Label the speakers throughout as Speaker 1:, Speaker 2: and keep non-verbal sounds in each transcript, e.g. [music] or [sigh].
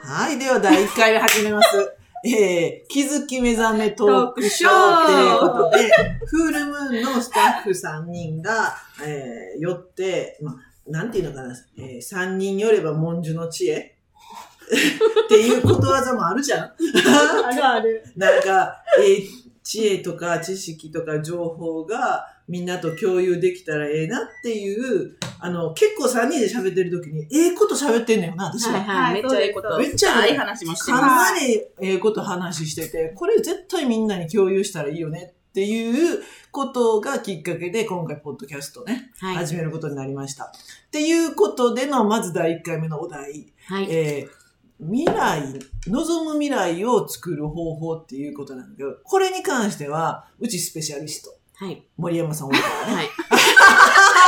Speaker 1: はい、では第1回目始め [laughs] ます。えー、気づき目覚めトークショーということで、フールムーンのスタッフ3人が、えー、寄って、まあ、なんていうのかな、えー、3人寄れば文殊の知恵 [laughs] っていうことわざもあるじゃん。
Speaker 2: あるある。
Speaker 1: なんか、えー知恵とか知識とか情報がみんなと共有できたらええなっていう、あの、結構3人で喋ってる時に、ええこと喋ってんのよな、私は。
Speaker 3: はいはい、めっちゃいいこと。
Speaker 1: めっちゃ
Speaker 3: い
Speaker 1: い
Speaker 3: い
Speaker 1: い
Speaker 3: 話もして
Speaker 1: か
Speaker 3: ま
Speaker 1: なりええこと話してて、これ絶対みんなに共有したらいいよねっていうことがきっかけで、今回、ポッドキャストね、
Speaker 3: す。はい。
Speaker 1: 始めることになりました。っていうことでの、まず第1回目のお題、
Speaker 3: はい。
Speaker 1: えー未来、望む未来を作る方法っていうことなんだけど、これに関しては、うちスペシャリスト、
Speaker 3: はい。
Speaker 1: 森山さんおるからね。
Speaker 3: は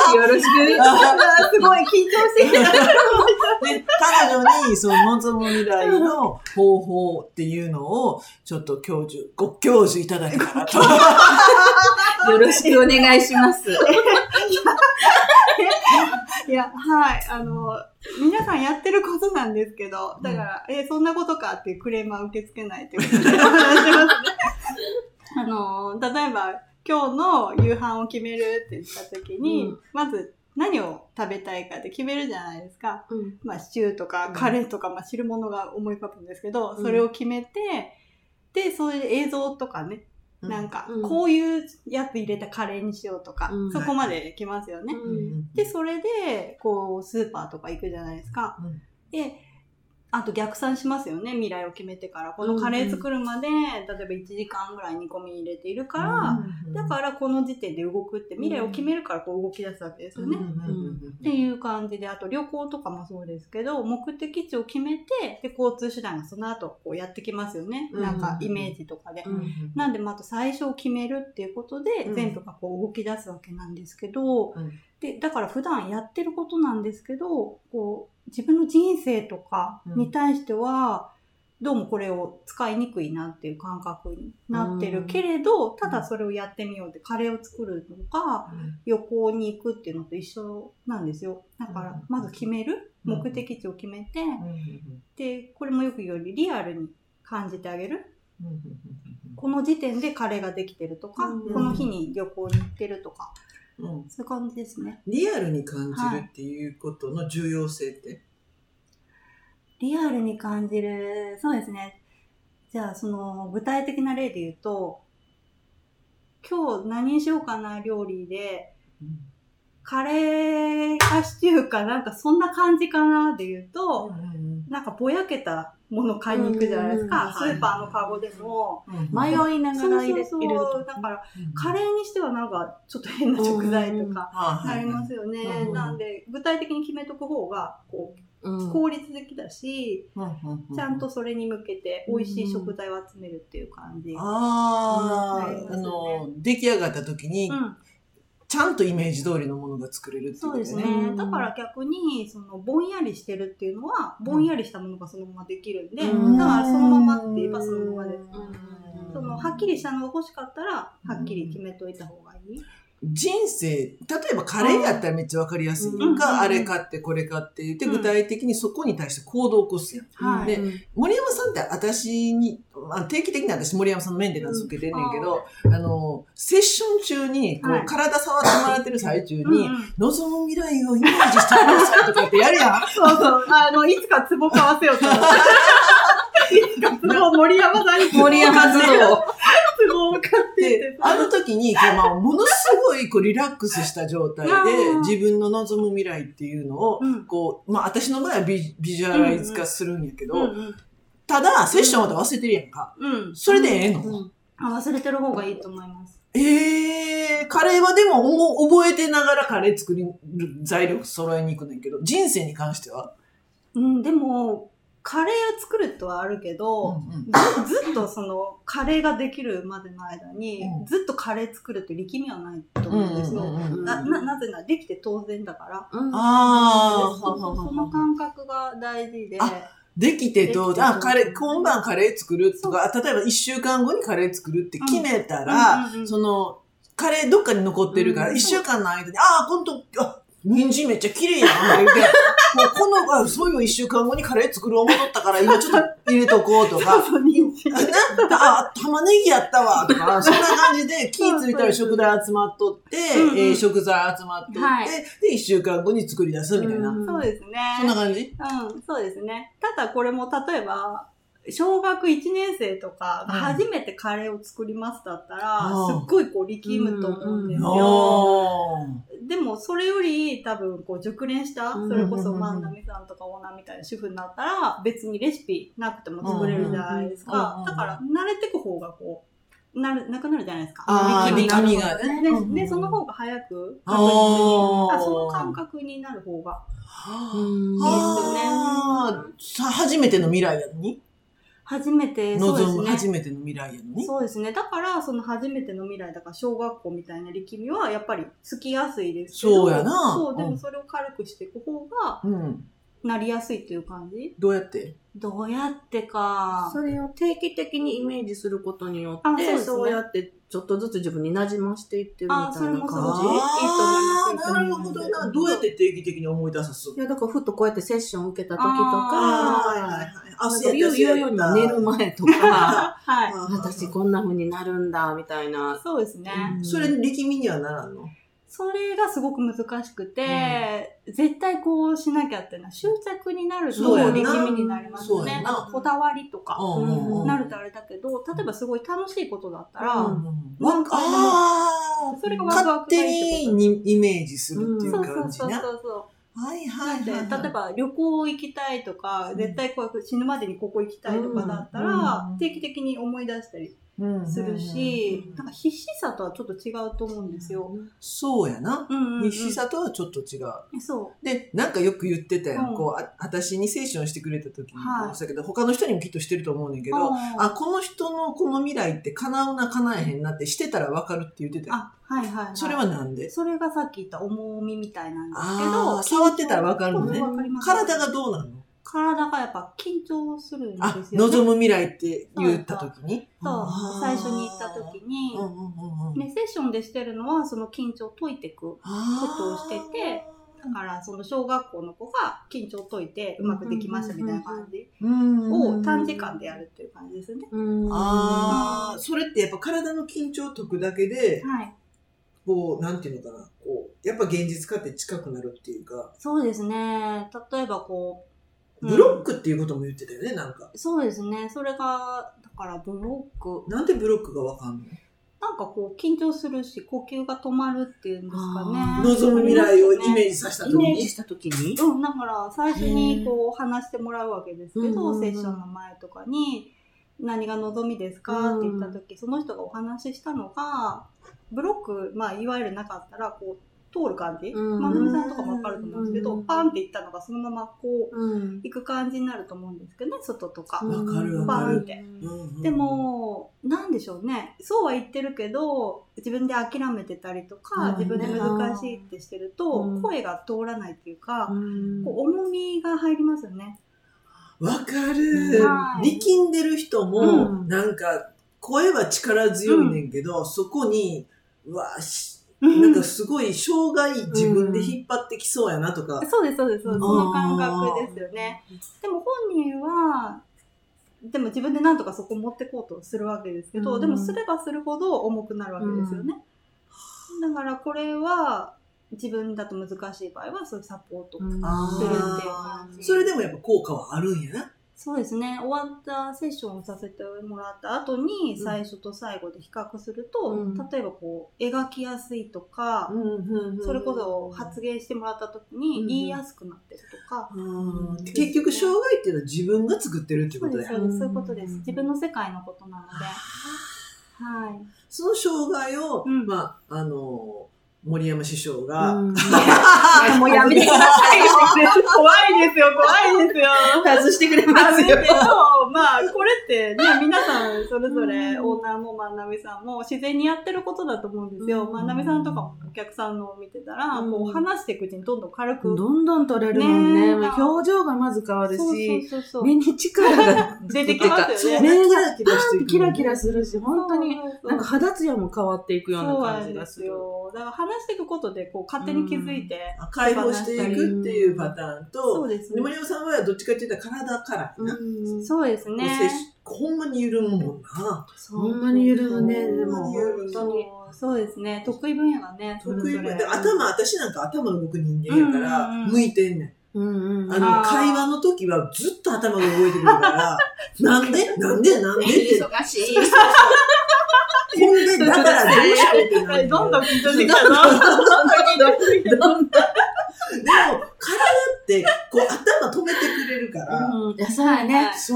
Speaker 3: い。
Speaker 2: よろし
Speaker 3: [laughs]
Speaker 2: く。すごい緊張してきた。
Speaker 1: で、彼女に、その望む未来の方法っていうのを、ちょっと教授、ご教授いただけたらと。
Speaker 3: よろしくお願いします。
Speaker 2: いや、はい。あの、皆さんやってることなんですけど、だから、え、そんなことかっていうクレーマー受け付けないってことで
Speaker 3: [laughs]
Speaker 2: お願いしますね。あの、例えば、今日の夕飯を決めるって言った時に、
Speaker 3: う
Speaker 2: まず何を食べたいかって決めるじゃないですか。
Speaker 3: うん。
Speaker 2: まあ、シチューとか
Speaker 1: うん
Speaker 2: カレーとか、まあ、汁物が思い浮かぶんですけど、
Speaker 3: うん
Speaker 2: それを決めて、で、そういう映像とかね、なんか
Speaker 3: うん、
Speaker 2: こういうやつ入れたカレーにしようとか、
Speaker 3: うん
Speaker 2: そこまできますよね。
Speaker 1: うんうん
Speaker 2: で、それで、こう、スーパーとか行くじゃないですか。
Speaker 1: うん
Speaker 2: で、あと逆算しますよね、未来を決めてから。このカレー作るまで、例えば1時間ぐらい煮込み入れているから、
Speaker 1: うん
Speaker 2: だからこの時点で動くって、未来を決めるからこう動き出すわけですよね。
Speaker 3: うん
Speaker 2: っていう感じで、あと旅行とかもそうですけど、目的地を決めて、で、交通手段がその後こうやってきますよね。
Speaker 1: うん
Speaker 2: なんかイメージとかで。
Speaker 3: うん
Speaker 2: なんで、まあ、あと最初を決めるっていうことで
Speaker 1: う、ん
Speaker 2: 全部がこう動き出すわけなんですけど、
Speaker 1: うん
Speaker 2: で、だから普段やってることなんですけど、こう、自分の人生とかに対しては、どうもこれを使いにくいなっていう感覚になってるけれど、ただそれをやってみようって、カレーを作るのか、旅行に行くっていうのと一緒なんですよ。だか
Speaker 1: うん
Speaker 2: ら、まず決める、
Speaker 1: うん
Speaker 2: 目的地を決めて、
Speaker 1: うんうん
Speaker 2: で、これもよく言うよりリアルに感じてあげる。
Speaker 1: うん
Speaker 2: この時点でカレーができてるとか、
Speaker 3: うん
Speaker 2: この日に旅行に行ってると
Speaker 1: う
Speaker 2: か、
Speaker 1: んうん
Speaker 2: そういう感じですね。
Speaker 1: リアルに感じるっていうことの重要性って。
Speaker 2: リアルに感じる、そうですね。じゃあ、その、具体的な例で言うと、今日何にしようかな、料理で、カレーかシチューかなんかそんな感じかなで言うと、なんかぼやけたもの買いに行くじゃないです
Speaker 1: うん
Speaker 2: か。
Speaker 1: うん
Speaker 2: スーパーのカゴでも。
Speaker 3: 迷
Speaker 1: う。
Speaker 3: いなが
Speaker 2: そう
Speaker 3: ら入
Speaker 2: そう
Speaker 3: れ
Speaker 2: そう
Speaker 3: 入れると。
Speaker 2: だから、カレーにしてはなんかちょっと変な食材とか
Speaker 1: あ
Speaker 2: ありますよね。
Speaker 1: うんうん
Speaker 2: なんで、具体的に決めとく方が、こ
Speaker 3: う
Speaker 2: う、
Speaker 3: ん
Speaker 2: 効率的だし、ちゃん。
Speaker 1: はいはい
Speaker 2: とそれに向けて美味しい食材を集めるっていう感じ。
Speaker 1: あ
Speaker 2: うんあり
Speaker 1: あ、
Speaker 2: ま
Speaker 1: あ
Speaker 2: すよ
Speaker 1: の、出来上がった時に
Speaker 2: う、ん、
Speaker 1: ちゃんとイメージ通りのものが作れるっていう
Speaker 2: そ
Speaker 1: こ
Speaker 2: う
Speaker 1: と
Speaker 2: で
Speaker 1: だ
Speaker 2: す
Speaker 1: よ
Speaker 2: ね
Speaker 1: ね。
Speaker 3: うん
Speaker 2: だから逆にそのぼんやりしてるっていうのはぼんやりしたものがそのままできるんで、
Speaker 3: うん
Speaker 2: だからそのままって言えばそのままです、
Speaker 3: うん
Speaker 2: そのはっきりしたのが欲しかったらはっきり決めといた方がいい、
Speaker 1: 人生、例えばカレーやったらめっちゃわかりやすい
Speaker 3: うん
Speaker 1: が、あれ買ってこれ買って言って、
Speaker 2: うん
Speaker 1: 具体的にそこに対して行動を起こすやん。
Speaker 2: はい
Speaker 1: で森山さんって私に、まあ、定期的に私森山さんのメンテナンス受けてんねんけど、あの、セッション中に、こう、
Speaker 2: はい
Speaker 1: 体触ってもらってる最中に、
Speaker 2: うんうん
Speaker 1: 望む未来をイメージしてくださいとかってやるやん。
Speaker 2: そうそうあのいつか壺買わせようと思
Speaker 1: [laughs]
Speaker 2: っていつか壺 [laughs] 森山さんに
Speaker 3: 森山
Speaker 2: 壺
Speaker 3: 像
Speaker 2: を買って壺を買って
Speaker 1: で、あの時に、こうまあ、ものすごいこうリラックスした状態で
Speaker 2: う、ん
Speaker 1: 自分の望む未来っていうのを、
Speaker 2: うん
Speaker 1: こう、まあ、私の場合はビビジュアライズ化するんやけど、
Speaker 2: うんうん
Speaker 1: ただ、セッションまで忘れてるやんか。
Speaker 2: うん
Speaker 1: それでええの、
Speaker 2: あ忘れてる方がいいと思います
Speaker 1: ええカレーはでも思う覚えてながらカレー作りる材料揃えに行くねんけど、人生に関しては。
Speaker 2: うんでもカレーを作るとはあるけど、
Speaker 1: うんうん
Speaker 2: ずずっとそのカレーができるまでの間に、
Speaker 1: うん
Speaker 2: ずっとカレー作るって力みはないと思うんですよ。
Speaker 1: うんうんうん
Speaker 3: うん
Speaker 2: なななぜならできて当然だから。
Speaker 3: うん
Speaker 1: ああ、
Speaker 2: その感覚が大事で。
Speaker 1: あできてどう
Speaker 3: できてどう
Speaker 1: あ、カレー、今晩カレー作るとか、例えば一週間後にカレー作るって決めたら、
Speaker 2: うんうんうん
Speaker 1: その、カレーどっかに残ってるから、
Speaker 3: うん
Speaker 1: 一週間の間に、ああ、ほんと、あ、人参めっちゃ綺麗やな、言うて。もうこの、あ、そういう一週間後にカレー作る思っとったから、今ちょっと入れとこうと
Speaker 2: [laughs]
Speaker 1: か。
Speaker 2: そう、人参。
Speaker 1: なんだ、あ、玉ねぎやったわとか、そんな感じで、気ついたら食材集まっとって、
Speaker 2: うんうん
Speaker 1: えー食材集まっとって、
Speaker 3: はい
Speaker 1: で、一週間後に作り出すみたいな。
Speaker 3: うん
Speaker 2: そうですね。
Speaker 1: そんな感じ
Speaker 2: うん、そうですね。ただこれも例えば、小学1年生とかが初めてカレーを作りますだったら、
Speaker 1: うん
Speaker 2: すっごいこう力むと思うんです
Speaker 3: うん
Speaker 2: よ。
Speaker 1: おー
Speaker 2: でもそれより多分こう熟練した、
Speaker 3: うん
Speaker 2: それこそ万波さんとかオーナーみたいな主婦になったら別にレシピなくても作れるじゃないです
Speaker 1: うんうんう
Speaker 2: か
Speaker 1: ん。
Speaker 2: だから慣れてく方がこう、なる、なくなるじゃないですか。
Speaker 1: あ
Speaker 3: ー
Speaker 2: 力み
Speaker 1: 力みがね
Speaker 2: で
Speaker 1: うんうんうん
Speaker 2: で、その方が早く
Speaker 1: あー
Speaker 2: 確実に、あその感覚になる方が
Speaker 1: あーさ初めての未来やのに
Speaker 2: 初めて、そうで
Speaker 1: 望
Speaker 2: す
Speaker 1: む
Speaker 2: ね。
Speaker 1: 初めての未来やのに
Speaker 2: そうですね。だから、その初めての未来だから、小学校みたいな力みは、やっぱり、つきやすいですけど。
Speaker 1: そうやな
Speaker 2: そう、で
Speaker 1: うん
Speaker 2: もそれを軽くしていく方が、
Speaker 1: うん。
Speaker 2: なりやすいっていう感じ。
Speaker 1: どうやって
Speaker 2: どうやってか。
Speaker 3: それを定期的にイメージすることによ
Speaker 2: あそう
Speaker 3: っ
Speaker 2: で
Speaker 3: て
Speaker 2: す
Speaker 3: そう,、
Speaker 2: ね
Speaker 3: やってちょっとずつ自分になじましていってるみ
Speaker 2: あ
Speaker 3: た
Speaker 2: そ
Speaker 3: いな
Speaker 2: れも
Speaker 3: 感
Speaker 2: そうです
Speaker 3: じ
Speaker 1: あ
Speaker 2: いいと
Speaker 1: ー
Speaker 2: 思
Speaker 1: ないる
Speaker 2: ます
Speaker 1: ほどな。どうやって定期的に思い出さす
Speaker 3: いやだからふとこうやってセッション受けた時と
Speaker 1: あー
Speaker 2: あ
Speaker 3: か
Speaker 1: はいはいはい。あ、
Speaker 3: なん
Speaker 1: そ
Speaker 3: か
Speaker 1: うやっ
Speaker 3: 言う
Speaker 1: た
Speaker 3: 言うよりも寝る。前
Speaker 2: [laughs]
Speaker 3: とか
Speaker 2: はい。
Speaker 1: あ
Speaker 3: 私こんな風になるんだみたいな
Speaker 2: そうですね。
Speaker 3: うん
Speaker 1: それ力みにはならんの
Speaker 2: それがすごく難しくて、絶対こうしなきゃっていうのは、執着になる
Speaker 1: そ
Speaker 2: と
Speaker 1: うや
Speaker 2: 力
Speaker 1: な
Speaker 2: みになります
Speaker 1: そうや
Speaker 2: ね。
Speaker 1: な
Speaker 2: こだわりとか、
Speaker 1: うんうんうん
Speaker 2: なるとあれだけど、例えばすごい楽しいことだったら、
Speaker 1: う
Speaker 3: うんん
Speaker 1: わあー
Speaker 2: それがワクワ
Speaker 1: 勝
Speaker 2: クが
Speaker 1: 手
Speaker 2: いいってこと
Speaker 1: ににイメージするってい
Speaker 2: そううそ
Speaker 1: 感
Speaker 2: う
Speaker 1: じ
Speaker 2: そう
Speaker 1: な。
Speaker 2: そうそう。
Speaker 1: はい
Speaker 2: だ
Speaker 1: は
Speaker 2: っ
Speaker 1: い
Speaker 2: て
Speaker 1: はいはい。
Speaker 2: 例えば旅行行きたいとか、
Speaker 1: うん
Speaker 2: 絶対こう死ぬまでにここ行きたいとかだった
Speaker 1: うんうんう
Speaker 2: ら
Speaker 1: ん、
Speaker 2: 定期的に思い出したり
Speaker 1: うん
Speaker 2: するし、
Speaker 1: うん
Speaker 2: なんか必死さとはちょっと違うと思うんですよ。
Speaker 1: そうやな。
Speaker 2: うんうんうん
Speaker 1: 必死さとはちょっと違う。
Speaker 2: そ
Speaker 1: で、なんかよく言ってたやん。
Speaker 2: うん
Speaker 1: こう、あ私にセッションしてくれた時に
Speaker 2: はい
Speaker 1: もしたけど、他の人にもきっとしてると思うねんけ
Speaker 2: う。
Speaker 1: ど、
Speaker 2: あ
Speaker 1: あ、この人のこの未来って叶うな叶えへんなってしてたらわかるって言ってたやん。
Speaker 2: あ、はいはい、はい。
Speaker 1: それはなんで
Speaker 2: それがさっき言った重みみたいなんですけ
Speaker 1: あ
Speaker 2: ど
Speaker 1: あ、、触ってたらわかるのね
Speaker 2: そう。わかります
Speaker 1: 体がどうなの
Speaker 2: 体がやっぱ緊張するん
Speaker 1: あ
Speaker 2: で、すよ、ね。
Speaker 1: 望む未来って言った時に
Speaker 2: そう最初に行った時に、
Speaker 1: うんうんうんうん
Speaker 2: ね、セッションでしてるのはその緊張を解いていくことをしててだからその小学校の子が緊張解いてうまくできましたみたいな感じを短時間でや
Speaker 1: る。
Speaker 2: るっていう感じですね。
Speaker 3: うん
Speaker 1: ああ、それってやっぱ体の緊張を解くだけで、
Speaker 2: はい、
Speaker 1: こう、なんていうのかな、こう、やっぱ現実化って近くなるっていうか、
Speaker 2: そうですね。例えばこう、
Speaker 1: ブロッ
Speaker 2: ク
Speaker 1: クっていうことも言ってたよね、なんか。
Speaker 2: そうですね。それが、だからブロック。
Speaker 1: なんでブロックがわかんの
Speaker 2: なんかこう、緊張するし、呼吸が止まるっていうんですか
Speaker 3: あ
Speaker 2: ね。
Speaker 1: 望む未来をイメ
Speaker 2: ジ。
Speaker 1: ージさせた
Speaker 3: イ
Speaker 1: 時
Speaker 3: メージ
Speaker 1: に。
Speaker 3: した時に
Speaker 2: うん、だから最初にこう話してもらうわけですけ
Speaker 3: うんうんう
Speaker 2: ど、
Speaker 3: ん
Speaker 2: セッションの前とかに、何が望みですかって言った時、その人がお話ししたのが、ブロック、まあ、いわゆるなかったら、こう、通る感じ。
Speaker 3: うん
Speaker 2: まなみさんとかもわかると思うんですけど、
Speaker 3: うん
Speaker 2: パンっていったのがそのままこう、
Speaker 3: うん
Speaker 2: 行く感じになると思うんですけどね、外とか。
Speaker 1: わかるわ
Speaker 2: かる
Speaker 1: うんうん
Speaker 2: で、も、なんでしょうね。そうは言ってるけど、自分で諦めてたりとか、
Speaker 1: うん
Speaker 2: 自分で難しいってしてると、
Speaker 3: うん
Speaker 2: 声が通らないっていうか、
Speaker 3: うん
Speaker 2: こう重みが入りますよね。
Speaker 1: わか
Speaker 2: は
Speaker 1: る。
Speaker 2: い
Speaker 1: 力んでる人も、
Speaker 3: うん
Speaker 1: なんか、声は力強いねんけど、そこに、うわ、しなんかすごい生涯自分で引っ張ってきそうやなとか。
Speaker 2: そうです、そうです、そうです。その感覚ですよね。でも本人は、でも自分でなんとかそこ持ってこうとするわけですけど、
Speaker 3: うん
Speaker 2: でもすればするほど重くなるわけですよね。だからこれは、自分だと難しい場合は、そういうサポート。するっていう
Speaker 1: あ
Speaker 2: 感
Speaker 1: ー
Speaker 2: じ
Speaker 1: それでもやっぱ効果はあるんやな。
Speaker 2: そうですね。終わったセッションをさせてもらった後に、最初と最後で比較すると、
Speaker 3: うん
Speaker 2: 例えばこう、描きやすいとか、それこそ発言してもらった時に
Speaker 3: うん
Speaker 2: 言いやすくなってるとか、
Speaker 1: うん結局、障害っていうのは自分が作ってるってこと
Speaker 2: そうで
Speaker 1: や
Speaker 2: す、。そうです、そういうことで
Speaker 3: う
Speaker 2: す。
Speaker 3: ん
Speaker 2: 自分の世界のことなので、はい。
Speaker 1: その障害を、
Speaker 2: うん
Speaker 1: まあ、あの、森山師匠が、
Speaker 3: うん
Speaker 2: もうやめてください。怖いですよ、怖いですよ。
Speaker 3: 外してくれますよ。
Speaker 2: もまあ、これ
Speaker 3: [laughs]
Speaker 2: ってね、皆さんそれぞれ、オーナーもまなみさんも自然にやってることだと思うんですよ。
Speaker 3: うん
Speaker 2: まなみさんとかもお客さんのを見てたら、
Speaker 3: うん
Speaker 2: こう話していくうちにどんどん軽く。
Speaker 3: どんどん取れるもんね。
Speaker 2: ねえ
Speaker 3: 表情がまず変わる
Speaker 2: そうそう
Speaker 3: し、
Speaker 2: そうそう。
Speaker 3: 目に力が
Speaker 2: 出てきますよね。
Speaker 3: 目が
Speaker 1: キラしていく
Speaker 3: キラキラするし、本当に、
Speaker 2: そうそうそう
Speaker 3: なんか肌ツヤも変わっていくような
Speaker 2: そうな
Speaker 3: 感じ
Speaker 2: んで
Speaker 3: がす
Speaker 2: す
Speaker 3: る。
Speaker 2: よ。だから話していくことで、こう、勝手に気づいて。
Speaker 1: 解放していくっていうパターン
Speaker 2: そ
Speaker 1: と、
Speaker 2: うです
Speaker 1: で
Speaker 2: ね
Speaker 1: 森。山さんはどっちかっていうと体からな。
Speaker 3: うん
Speaker 2: そうですね。
Speaker 1: ほんまに緩むもんな。
Speaker 3: ほんまに緩むね、でも。
Speaker 2: そうそうですね。得意分野がね、それぞ
Speaker 1: 得
Speaker 2: れ
Speaker 1: 意分野で頭、私なんか頭動く人間やから、
Speaker 2: うんうんうん
Speaker 1: 向いてんねん。
Speaker 3: うんうん。
Speaker 1: あ
Speaker 2: あ
Speaker 1: の、
Speaker 2: ー
Speaker 1: 会話の時はずっと頭が動いてくる
Speaker 2: [laughs]
Speaker 1: から、なんでなんでなんでって。
Speaker 3: 忙しい。
Speaker 1: ほんで、だからどうしようってなる。
Speaker 2: [laughs] どんどん
Speaker 1: でも、
Speaker 2: 緊張してきたな。
Speaker 1: 体って、こう、頭止めてくれるから、
Speaker 2: うん
Speaker 3: 野菜ね。
Speaker 1: そ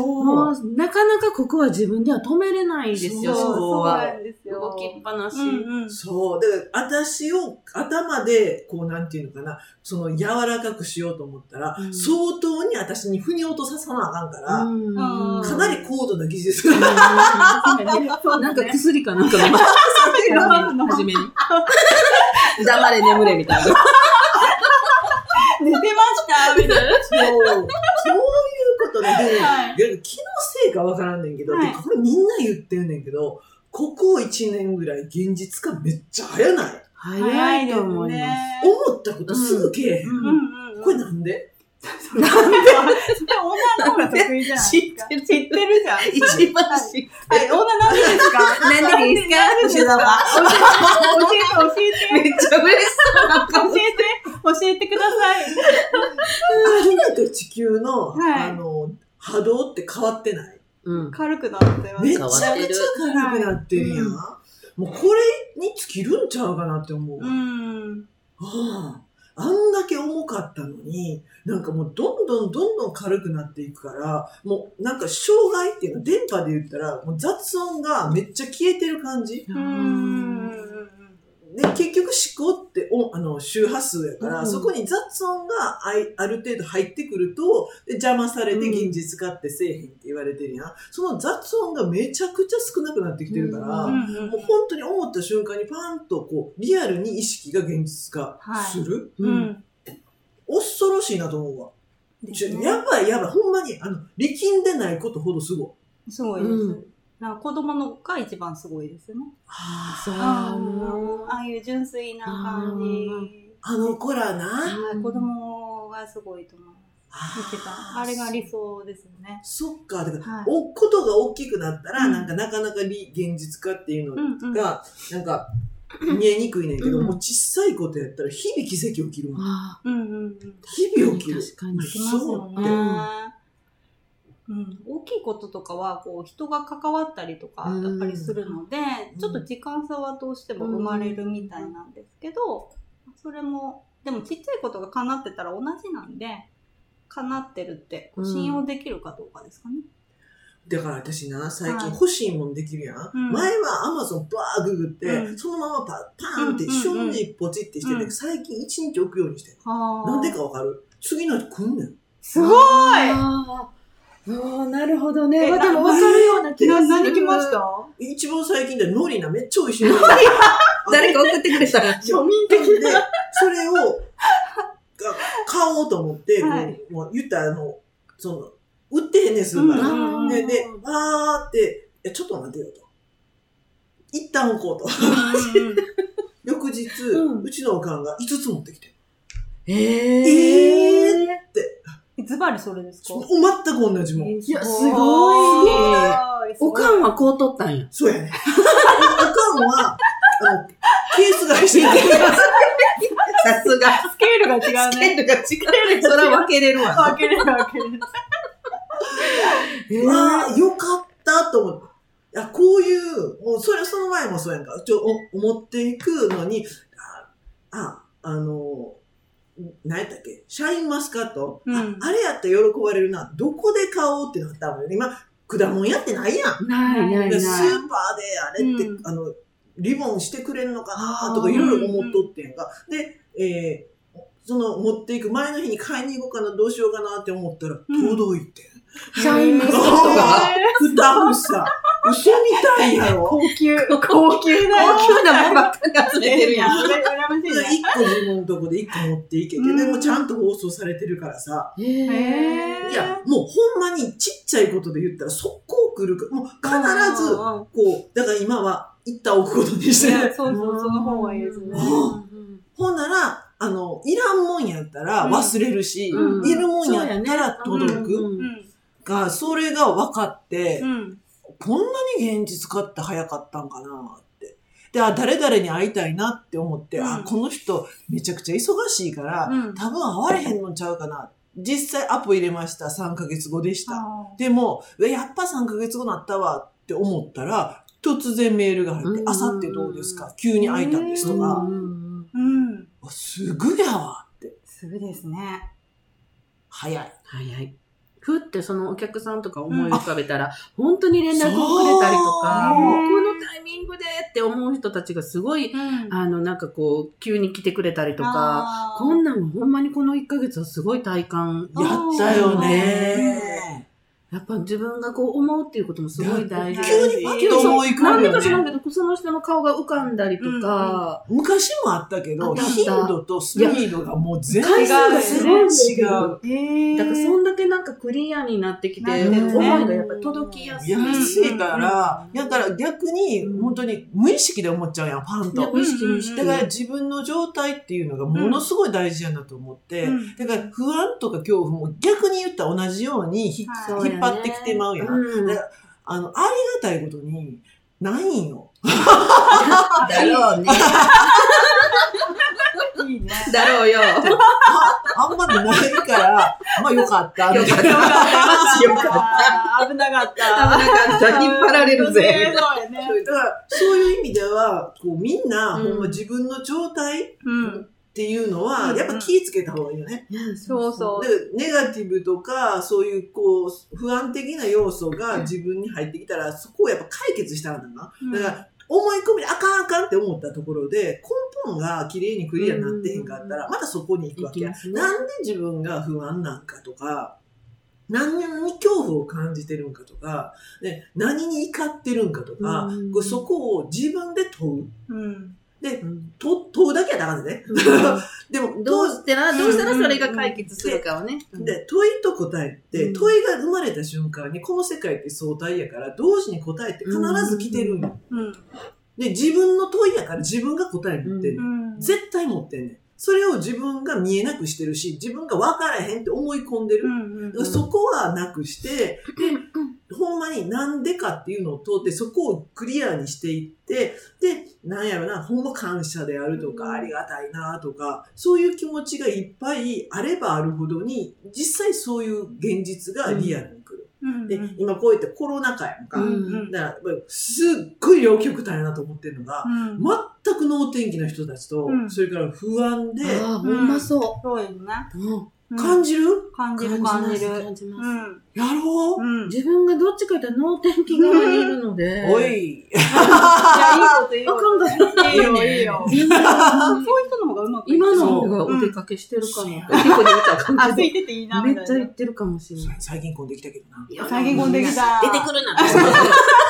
Speaker 1: う。
Speaker 3: もう、なかなかここは自分では止めれないです
Speaker 2: そ
Speaker 3: よ、
Speaker 2: う
Speaker 3: 思考
Speaker 2: そうな
Speaker 3: は。
Speaker 2: んですよ。
Speaker 3: 動きっぱなし。
Speaker 2: うん [laughs] うん。
Speaker 1: そう。だから、私を頭で、こう、なんていうのかな、その、柔らかくしようと思ったら、
Speaker 3: うん
Speaker 1: 相当に私に腑に落とささなあかんから、
Speaker 3: うん
Speaker 2: うん
Speaker 1: かなり高度な技術が、
Speaker 3: なんか薬かなんか飲ま初めに。黙れ眠れみたいな。
Speaker 2: 寝てましたみたいな。
Speaker 1: そう、そういうことで、
Speaker 2: はい
Speaker 1: で気のせいかわからんねんけど、
Speaker 2: はい
Speaker 1: でこれみんな言ってんねんけど、ここ1年ぐらい現実化めっちゃ早ない。
Speaker 3: 早いと思います。
Speaker 1: 思ったことすぐけえへん。
Speaker 2: うんうんうん。
Speaker 1: これなんで
Speaker 2: なんで女の方が得意じゃないですか。
Speaker 3: [laughs] 知ってる
Speaker 2: 知ってるじゃん。
Speaker 3: 一番知って
Speaker 2: はい、女なんでですか
Speaker 3: 何でですか
Speaker 2: 何でですか教えて、教えて、
Speaker 3: めっちゃ嬉しそうな
Speaker 2: 教
Speaker 3: 顔
Speaker 2: えて、教えてください。
Speaker 1: 初めて地球の、
Speaker 2: はい
Speaker 1: あの、波動って変わってない。
Speaker 3: うん。
Speaker 2: 軽くなってます。
Speaker 1: め
Speaker 2: ね
Speaker 1: ちゃめちゃ軽くなってるやん。
Speaker 2: うん
Speaker 1: もうこれに尽きるんちゃうかなって思う。
Speaker 2: うん。
Speaker 1: はあ、あんだけ重かったのに、なんかもうどんどんどんどん軽くなっていくから、もうなんか障害っていうの、電波で言ったら、もう雑音がめっちゃ消えてる感じ。
Speaker 2: う
Speaker 3: うん
Speaker 2: ん。
Speaker 1: で、結局思考っておあの周波数やから、
Speaker 3: うん
Speaker 1: そこに雑音があいある程度入ってくると、で邪魔されて現実化ってせえへんって言われてるやん。その雑音がめちゃくちゃ少なくなってきてるから、
Speaker 3: う
Speaker 1: もう本当に思った瞬間にパーンとこう、リアルに意識が現実化する。
Speaker 2: うん。
Speaker 1: 恐ろしいなと思うわ。
Speaker 2: です
Speaker 1: ちょ
Speaker 2: ね
Speaker 1: やばいやばい。ほんまに、あの、力んでないことほどすごい。
Speaker 2: すごいで
Speaker 3: う
Speaker 2: す。なんか子供のが一番すごいですね。
Speaker 1: あ
Speaker 3: そう
Speaker 2: あああいう純粋な感じ。
Speaker 1: の子らな。
Speaker 2: はい、子供がすごいと思います。見てた。あれが理想ですよね。
Speaker 1: そっか。だから、
Speaker 2: はい
Speaker 1: おことが大きくなったら、
Speaker 2: うん
Speaker 1: なんかなかなかり現実化っていう
Speaker 2: う
Speaker 1: の
Speaker 2: んうん。
Speaker 1: が、なんか、見えにくいねんけど、
Speaker 3: うん
Speaker 1: もう小さいことやったら、日々奇跡起きるもん。
Speaker 3: あ
Speaker 2: うんうんうん。
Speaker 1: 日々起きる。
Speaker 3: 確かに
Speaker 2: できますよね
Speaker 1: そうって。
Speaker 2: うん、大きいこととかはこう人が関わったりとかやっぱりするので、
Speaker 1: うん
Speaker 2: ちょっと時間差はどうしても生まれるみたいなんですけど、それもでもちっちゃいことが叶ってたら同じなんで叶ってるってこう
Speaker 3: うん
Speaker 2: 信用できるかどうかですかね。
Speaker 1: だから私な、最近
Speaker 2: はい
Speaker 1: 欲しいもんできるやん。
Speaker 2: うん
Speaker 1: 前はアマゾンバーググって、
Speaker 2: うん
Speaker 1: そのままパパーンって、
Speaker 2: うんうんうん
Speaker 1: 瞬時ポチってして
Speaker 2: う
Speaker 1: て、
Speaker 2: ん
Speaker 1: 最近一日置くようにしてる
Speaker 2: はあ
Speaker 1: なんでかわかる次の日来んねん。
Speaker 2: すごい
Speaker 3: おーなるほどね。
Speaker 2: え
Speaker 3: わでも分かるような気が
Speaker 2: な
Speaker 3: する。
Speaker 2: 何来ました
Speaker 1: 一番最近でノリなめっちゃ美味しい
Speaker 2: [laughs]
Speaker 1: の。
Speaker 3: 誰か送ってくれたら。
Speaker 1: 庶民的で、それをが買おうと思って、
Speaker 2: はい
Speaker 1: もう言ったらあの、その、売ってへんねん、スーパー
Speaker 2: うん
Speaker 1: に。
Speaker 2: う
Speaker 1: で、
Speaker 2: ん
Speaker 1: で、わーって、いやちょっと待ってよと。一旦置こうと。翌日、う
Speaker 3: うん
Speaker 1: ちのおかんが5つ持ってきて。
Speaker 3: え
Speaker 1: え
Speaker 3: ー。
Speaker 2: ズバリそれですか
Speaker 1: お全く同じもん。
Speaker 3: いや
Speaker 2: す
Speaker 3: す
Speaker 2: ご
Speaker 3: ご
Speaker 2: い
Speaker 3: い
Speaker 2: すごい
Speaker 3: おかんはこう取ったんや。
Speaker 1: そうやね。おかんは、あの、ケース買いしてた。
Speaker 3: さすが。
Speaker 2: スケールが違うね。
Speaker 3: ルが違
Speaker 2: [laughs]
Speaker 3: う。それは分けれるわ。
Speaker 2: 分けれる分けれる。
Speaker 3: [laughs] え
Speaker 1: ああ、よかったと思って。いや、こういう、もう、それ、その前もそうやんか。ちょ、お持っていくのに、あ、あ、あの、何やったっけシャインマスカット、
Speaker 2: うん
Speaker 1: ああれやったら喜ばれるな。どこで買おうってなったもんね。今、果物やってないやん。
Speaker 3: ないない
Speaker 1: で
Speaker 3: ない。
Speaker 1: スーパーであれって、
Speaker 2: うん
Speaker 1: あの、リボンしてくれんのかなとかいろいろ思っとってんか。で、えーその持っていく前の日に買いに行こうかな、どうしようかなって思ったら、
Speaker 2: うん
Speaker 1: 届いてん。
Speaker 3: シャインマスカットが。
Speaker 1: ふたふさ。嘘みたいやろ。
Speaker 2: 高級。高級だよ。
Speaker 3: 高級なもんばっかり集めてるやん。
Speaker 2: それ羨ましいね。
Speaker 1: 一個自分のとこで一個持っていけて、
Speaker 2: うん
Speaker 1: でもちゃんと放送されてるからさ。
Speaker 2: へー
Speaker 1: いや、もうほんまにちっちゃいことで言ったら速攻来るから、もう必ず、
Speaker 2: うんうんうん
Speaker 1: こう、だから今は一旦置くことにして
Speaker 2: いや
Speaker 1: る。
Speaker 2: そうそう、その方がいいですね。
Speaker 1: う
Speaker 3: うん
Speaker 1: ほんなら、あの、いらんもんやったら忘れるし、
Speaker 2: うん
Speaker 1: いるもんやったら届く。
Speaker 3: うん
Speaker 2: ん。
Speaker 1: が、それが分かって、
Speaker 2: うん。
Speaker 1: こんなに現実化って早かったんかなって。で、あ、誰々に会いたいなって思って、
Speaker 2: うん
Speaker 1: あ、この人めちゃくちゃ忙しいから、
Speaker 2: うん
Speaker 1: 多分会われへんのちゃうかな。実際アポ入れました。3ヶ月後でした。でも、うわやっぱ3ヶ月後なったわって思ったら、突然メールが入って
Speaker 3: う、ん
Speaker 1: あさってどうですか急に会いたんですとか、
Speaker 3: うん
Speaker 2: うん。
Speaker 1: あすぐやわって。
Speaker 2: すぐですね。
Speaker 1: 早い。
Speaker 3: 早い。ふってそのお客さんとか思い浮かべたら、本当に連絡をくれたりとか、
Speaker 1: そう
Speaker 3: もうこのタイミングでって思う人たちがすごい、
Speaker 2: うん
Speaker 3: あの、なんかこう、急に来てくれたりとか、
Speaker 2: あー
Speaker 3: こんなんはほんまにこの1ヶ月はすごい体感
Speaker 1: やったよね。
Speaker 3: やっぱ自分がこう思うっていうこともすごい大事。
Speaker 2: だ
Speaker 1: 急にパッと思い浮か
Speaker 3: な
Speaker 1: ぶ
Speaker 3: ん
Speaker 1: よ
Speaker 3: で
Speaker 1: ね
Speaker 3: か知らんけど、その人の顔が浮かんだりとか、
Speaker 1: 昔もあったけ
Speaker 3: あ
Speaker 1: ど、
Speaker 3: ったあった
Speaker 1: 頻度とスピードがもう全
Speaker 3: 回数
Speaker 1: 然
Speaker 3: がすごい
Speaker 1: 違う。
Speaker 2: へー
Speaker 3: だからそんだけなんかクリアになってき
Speaker 2: な
Speaker 3: て、
Speaker 2: ってるね
Speaker 3: 思いがやっぱ届きやすい。
Speaker 1: 安いから、
Speaker 3: うん
Speaker 1: だから逆に
Speaker 3: うん
Speaker 1: 本当に無意識で思っちゃうやん、パン
Speaker 3: いや
Speaker 1: と。
Speaker 3: 無意識にして
Speaker 1: だから自分の状態っていうのがものすごい大事やなと思って、
Speaker 2: うん
Speaker 1: だから不安とか恐怖も逆に言ったら同じようにひ
Speaker 2: そう
Speaker 1: 引っ張ってきてまうやん。
Speaker 3: ん
Speaker 1: だあの、ありがたいことに、ないんよ。
Speaker 3: だろうね。
Speaker 2: いいね。
Speaker 3: だろうよ。よ
Speaker 1: あんまりないから、まあよかった。みたいな
Speaker 3: よかっ
Speaker 2: あー危なかった。
Speaker 3: た。引っ張られるぜ。
Speaker 2: ねそうやね。
Speaker 1: だから、そういう意味では、こう、みんな、
Speaker 3: うん
Speaker 1: ほんま自分の状態っ
Speaker 2: うん。
Speaker 1: ていうの
Speaker 2: うん
Speaker 1: は、
Speaker 2: うん
Speaker 1: やっぱ気ぃつけた方がいいよね。
Speaker 2: そうそ
Speaker 1: で
Speaker 2: う。
Speaker 1: ネガティブとか、そういう、こう、不安的な要素が自分に入ってきたら、そこをやっぱ解決したんだな。
Speaker 2: うん
Speaker 1: だから、思い込みであかんあかんって思ったところで、根本が綺麗にクリアになってへんかったら、またそこに行くわけや。
Speaker 3: す
Speaker 1: なんで自分が不安なんかとか、何に恐怖を感じてるんかとか、ね、何に怒ってるんかとか、
Speaker 3: うん
Speaker 1: こうそこを自分で問う。
Speaker 2: うん。
Speaker 1: で
Speaker 3: う、ん
Speaker 1: 問問うだけはダメでね。でも、
Speaker 3: どう
Speaker 1: 問
Speaker 3: したら、どうしたらそれが解決するかをね。
Speaker 1: う、で、問いと答えって、
Speaker 3: うん
Speaker 1: 問いが生まれた瞬間に、この世界って相対やから、同時に答えって必ず来てるんよ。
Speaker 2: うん。
Speaker 1: で、自分の問いやから自分が答え持ってる
Speaker 3: う
Speaker 2: う。ん。
Speaker 1: 絶対持ってんねん。それを自分が見えなくしてるし、自分が分からへんって思い込んでる
Speaker 2: う。ん。
Speaker 1: だからそこはなくして、で、ほんまになんでかっていうのを通って、そこをクリアにしていって、で、なんやろな、ほんま感謝であると
Speaker 2: うん
Speaker 1: か、ありがたいなとか、そういう気持ちがいっぱいあればあるほどに、実際そういう現実がリアルに来る。
Speaker 2: うん。
Speaker 1: で、今こうやってコロナ禍やんか。
Speaker 2: うん
Speaker 1: だから、すっごい両極端やなと思ってるのが、
Speaker 2: うん。
Speaker 1: 全く能天気な人たちと、
Speaker 2: うん
Speaker 1: それから不安で、
Speaker 3: ああ、ほんまそ
Speaker 2: そうですね。
Speaker 3: う。うん
Speaker 2: うん
Speaker 1: 感じる
Speaker 2: 感じる感じる。
Speaker 3: 感じ
Speaker 2: う
Speaker 3: ます。
Speaker 2: ん。
Speaker 1: やろう、
Speaker 2: うん。
Speaker 3: 自分がどっちかというと脳天気側にいるの [laughs] で。
Speaker 1: お。い。
Speaker 2: いや、いい
Speaker 3: あ
Speaker 2: こと
Speaker 3: かんかった。
Speaker 2: 言う。いいよ、いいよ。
Speaker 3: 全
Speaker 2: そう
Speaker 3: 然
Speaker 2: いう人の方がうまくいく
Speaker 3: 今の方がお出かけしてるかも。結構で見た感
Speaker 2: あ、
Speaker 3: じ
Speaker 2: つ
Speaker 3: で
Speaker 2: いてていいな、み
Speaker 3: めった
Speaker 2: い
Speaker 3: ちゃ
Speaker 2: な
Speaker 3: 言。ってるかもしれない。
Speaker 1: 最近混んできたけどな。
Speaker 2: 最近混んできた
Speaker 3: 出てくるな。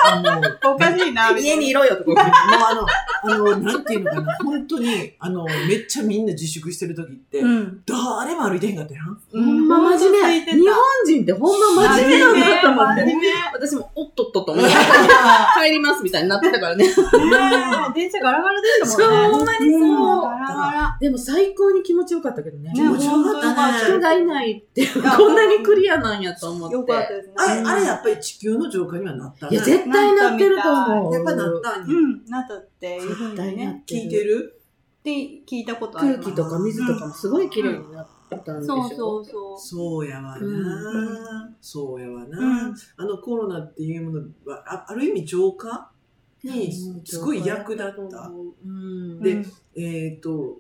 Speaker 1: あの、もう、
Speaker 2: おかしいな、みた
Speaker 3: 家
Speaker 2: いな
Speaker 3: にいろよとか。
Speaker 1: あの、あの、なんていうのかな、本当に、あの、めっちゃみんな自粛してる時って、
Speaker 2: うん。
Speaker 1: 誰も歩いてへんかったやん。
Speaker 3: ほんま真面目。日本人ってほんま真面目なんだと思って。
Speaker 2: 真面目。
Speaker 3: 私も、おっとっとっと思って、帰りますみたいになってたからね。
Speaker 2: ねえ電車ガラガラでしたもんね。
Speaker 3: そうほんまにそうん
Speaker 2: ガラガラ。
Speaker 3: でも最高に気持ちよかったけどね。
Speaker 1: 気持ちよかっ
Speaker 3: 人
Speaker 1: たね。
Speaker 3: がいないって、こんなにクリアなんやと思って。
Speaker 2: よかったですね。
Speaker 1: あれ、あれやっぱり地球の浄化にはなった
Speaker 3: い
Speaker 1: ね。
Speaker 3: や、絶対なってると思う。
Speaker 1: やっぱなったんや。
Speaker 2: うん、なったっていうふうにね。
Speaker 1: 聞いてる
Speaker 2: って聞いたことあ
Speaker 3: 空
Speaker 2: る。
Speaker 3: 気とか水とかもすごい綺麗になったんでしょ。
Speaker 2: そうそうそう。
Speaker 1: そうやわな、
Speaker 3: う
Speaker 1: そうやわな、
Speaker 2: うん
Speaker 1: あのコロナっていうものは、あある意味浄化にすごい役立った。
Speaker 3: うん。
Speaker 1: でえっ、と、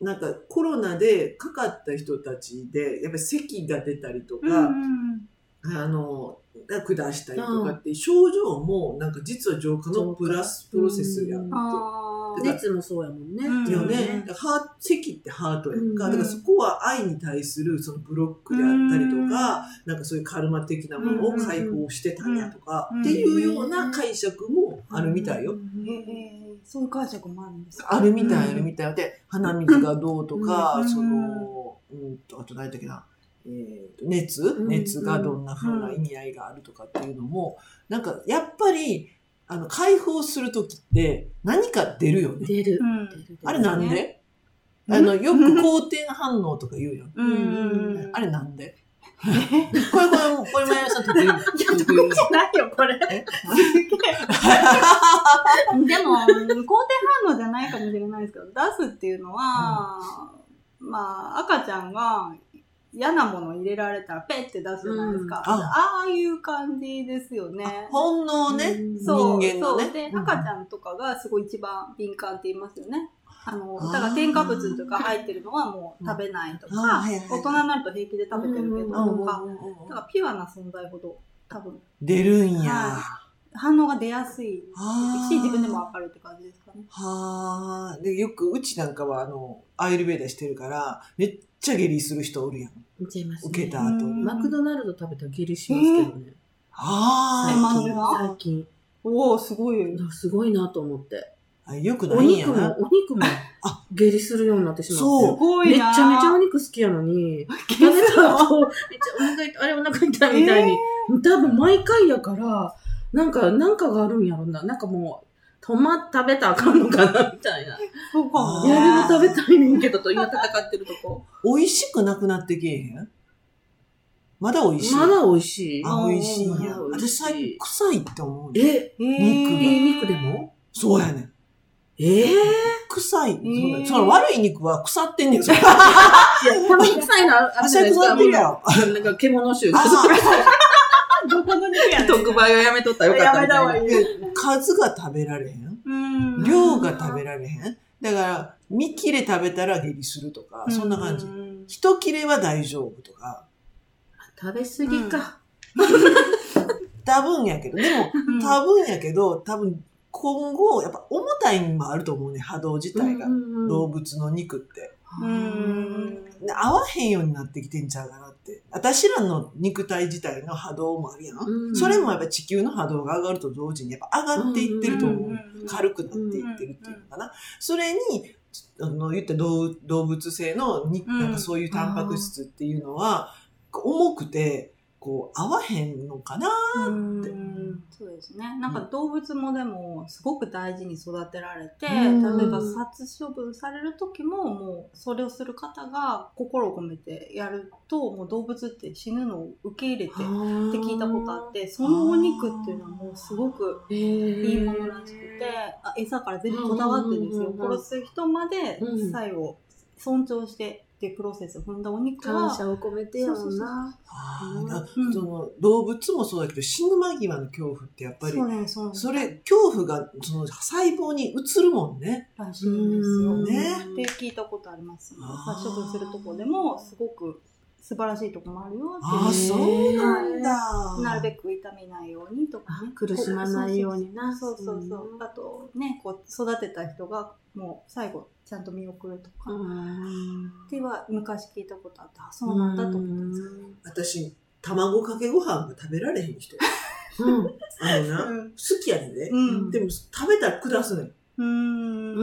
Speaker 1: なんかコロナでかかった人たちで、やっぱり咳が出たりとか、
Speaker 2: うん、うん
Speaker 1: あの、が下したりとかって、症状もなんか実は浄化のプラスプロセスやん。
Speaker 3: うん
Speaker 1: だ
Speaker 2: あ
Speaker 1: ってたら
Speaker 3: 熱もそうやもんね。
Speaker 2: うん
Speaker 1: よね
Speaker 2: う。
Speaker 1: ハー席ってハートやんか。
Speaker 3: うん
Speaker 1: だからそこは愛に対するそのブロックであったりとか、なんかそういうカルマ的なものを解放してたんやとか、
Speaker 2: うん
Speaker 1: っていうような解釈もあるみたいよ。
Speaker 2: えーそういう解釈もあるんですか
Speaker 1: あるみたい、あるみたい。で、花水がどうとか、
Speaker 2: うん
Speaker 1: その、うんと、あと何だっけな、えーと熱
Speaker 3: ん
Speaker 1: 熱がどんな風な意味合いがあるとかっていうのも、なんかやっぱり、あの、解放するときって何か出るよね。
Speaker 3: 出る
Speaker 2: う。ん
Speaker 3: 出る出る
Speaker 1: あれなんで
Speaker 2: うん
Speaker 1: あの、よく肯定反応とか言うやん。
Speaker 2: うんうんうん
Speaker 1: [laughs] あれなんでこれ、これ、これ、前さん得意得意
Speaker 3: ないよ、これ。
Speaker 1: え
Speaker 2: でも、肯定反応じゃないかもしれないですけど、出すっていうのは、まあ、赤ちゃんが嫌なものを入れられたらペッて出すじゃないですか。
Speaker 1: うんあ
Speaker 2: ああいう感じですよね。
Speaker 1: 本能ね。
Speaker 2: そう、
Speaker 1: 人間のね
Speaker 2: そう。で、
Speaker 1: うん
Speaker 2: 赤ちゃんとかがすごい一番敏感って言いますよね。あの、
Speaker 1: あー
Speaker 2: だから添加物とか入ってるのはもう食べないと
Speaker 1: あー
Speaker 2: か、
Speaker 1: はいはい
Speaker 2: 大人になると平気で食べてるけど
Speaker 1: うんうん
Speaker 2: とか、だ
Speaker 1: うん
Speaker 2: からピュアな存在ほど多分
Speaker 1: 出るんや
Speaker 2: は。反応が出やすい
Speaker 1: あ
Speaker 2: し、
Speaker 1: ー
Speaker 2: 自分でもわかるって感じですかね。
Speaker 1: はあ。で、よく、うちなんかは、あの、アイルベーダーしてるから、めっちゃ下痢する人おるやん。
Speaker 3: 見ちゃいますね。
Speaker 1: 受けた後に。
Speaker 2: うん
Speaker 1: は
Speaker 3: マクドナルド食べたら下痢しますけどね。
Speaker 1: あ
Speaker 2: え
Speaker 1: ー。
Speaker 2: 漫画
Speaker 3: 最近。
Speaker 2: おおすごいよ
Speaker 3: なんかすごいなと思って。
Speaker 1: あよくな
Speaker 3: お
Speaker 1: いんや
Speaker 3: 肉
Speaker 1: な。
Speaker 3: も、お肉も
Speaker 1: あ
Speaker 3: 下痢するようになってしまって。
Speaker 1: そう
Speaker 2: すご
Speaker 3: め
Speaker 2: い
Speaker 3: ち
Speaker 2: な
Speaker 3: ゃめちゃお肉好きやのに、食べたらこう、めっちゃお腹痛い、あれお腹痛いみ [laughs] たいに。多分毎回やから、なんか、なんかがあるんやろな。なんかもう、トマ食べたらあかんのかなみたいな。
Speaker 2: そうかも
Speaker 1: い
Speaker 2: ね。
Speaker 1: や
Speaker 3: やでも食べたいねんけどと今戦ってるとこ。
Speaker 1: 美味しくなくなってけえへんまだ美味しい。
Speaker 3: まだ美味しい。
Speaker 1: あ、美味しいんや。
Speaker 3: うん
Speaker 1: 私最近臭いって思うね。
Speaker 3: え、
Speaker 2: え
Speaker 1: 肉が
Speaker 3: いい肉でも
Speaker 1: そうやねん。
Speaker 3: えー、いや、
Speaker 1: 臭い。そ
Speaker 2: ー
Speaker 1: うだその悪い肉は腐ってんねん。それ
Speaker 3: たまに臭いのあるじ
Speaker 1: 朝
Speaker 3: ゃないです
Speaker 1: 腐
Speaker 3: か。
Speaker 1: ってるやろ。
Speaker 3: なんか獣臭が。
Speaker 1: あ
Speaker 2: どこの肉やねん
Speaker 3: 特売はやめとったらよかったみたいな。
Speaker 2: やめた方が
Speaker 1: ー
Speaker 2: いい
Speaker 1: 数が食べられへん。
Speaker 2: うん
Speaker 1: 量が食べられへん。だから、見切れ食べたら下痢するとか、そんな感じ
Speaker 2: う。ん
Speaker 1: 一切れは大丈夫とか。
Speaker 3: 食べ過ぎか。
Speaker 1: 多分やけど、でも
Speaker 2: うん
Speaker 1: 多分やけど、多分今後、やっぱ重たいにもあると思うね、波動自体が。動
Speaker 3: 動
Speaker 1: 物の肉って。
Speaker 2: うん
Speaker 1: で合わへんようになってきてんちゃうかなって。私らの肉体自体の波動もあるやん。それもやっぱ地球の波動が上がると同時にやっぱ上がっていってると思う。
Speaker 2: ん
Speaker 1: 軽くなっていってるっていうのかな。それに、あの、言った動動物性のに、
Speaker 2: うん
Speaker 1: なんかそういうタンパク質っていうのは、重くて、こう、合わへんのかな
Speaker 2: うんそうですねなんか動物もでもすごく大事に育てられて、
Speaker 3: うん
Speaker 2: 例えば殺処分される時ももうそれをする方が心を込めてやるともう動物って死ぬのを受け入れてって聞いたことあってそのお肉っていうのはもうすごく
Speaker 3: て、
Speaker 2: い
Speaker 3: い
Speaker 2: いものらしくて、あ餌から全部こだわってですよ
Speaker 3: うんうんうんうん
Speaker 2: 殺す人まで
Speaker 3: うん
Speaker 2: 最後尊重してっていうプロセスを踏んだお肉は
Speaker 3: 感謝を込めてやもんな。
Speaker 1: あ
Speaker 3: う
Speaker 1: ー
Speaker 3: ん
Speaker 1: だ
Speaker 2: うん
Speaker 1: その動物もそうだけど死ぬ間際の恐怖ってやっぱり
Speaker 2: そうねそうね
Speaker 1: それ恐怖がその細胞に移るもんね。
Speaker 2: らしいんですよ
Speaker 1: う
Speaker 2: ね。
Speaker 1: ね
Speaker 2: って聞いたことあります、ね
Speaker 1: あー。
Speaker 2: 殺処分するとこでもすごく素晴らしいとこもあるよ
Speaker 1: ああ
Speaker 2: っていう
Speaker 1: そうなんだ。
Speaker 2: なるべく痛みないようにとかね。
Speaker 3: 苦しまないようにな。
Speaker 2: そうそうそう。あとね、こう育てた人がもう最後ちゃんと見送るとか、っ
Speaker 3: ん。
Speaker 2: ては昔聞いたことあって、あ、そうなんだと思ったんですよ。
Speaker 1: 私卵かけご飯が食べられへん人。
Speaker 3: う
Speaker 1: あの
Speaker 2: う
Speaker 1: な好
Speaker 2: ん
Speaker 1: きやねんで。
Speaker 2: うん
Speaker 1: でも食べたら下すねん。
Speaker 2: うん
Speaker 3: ん。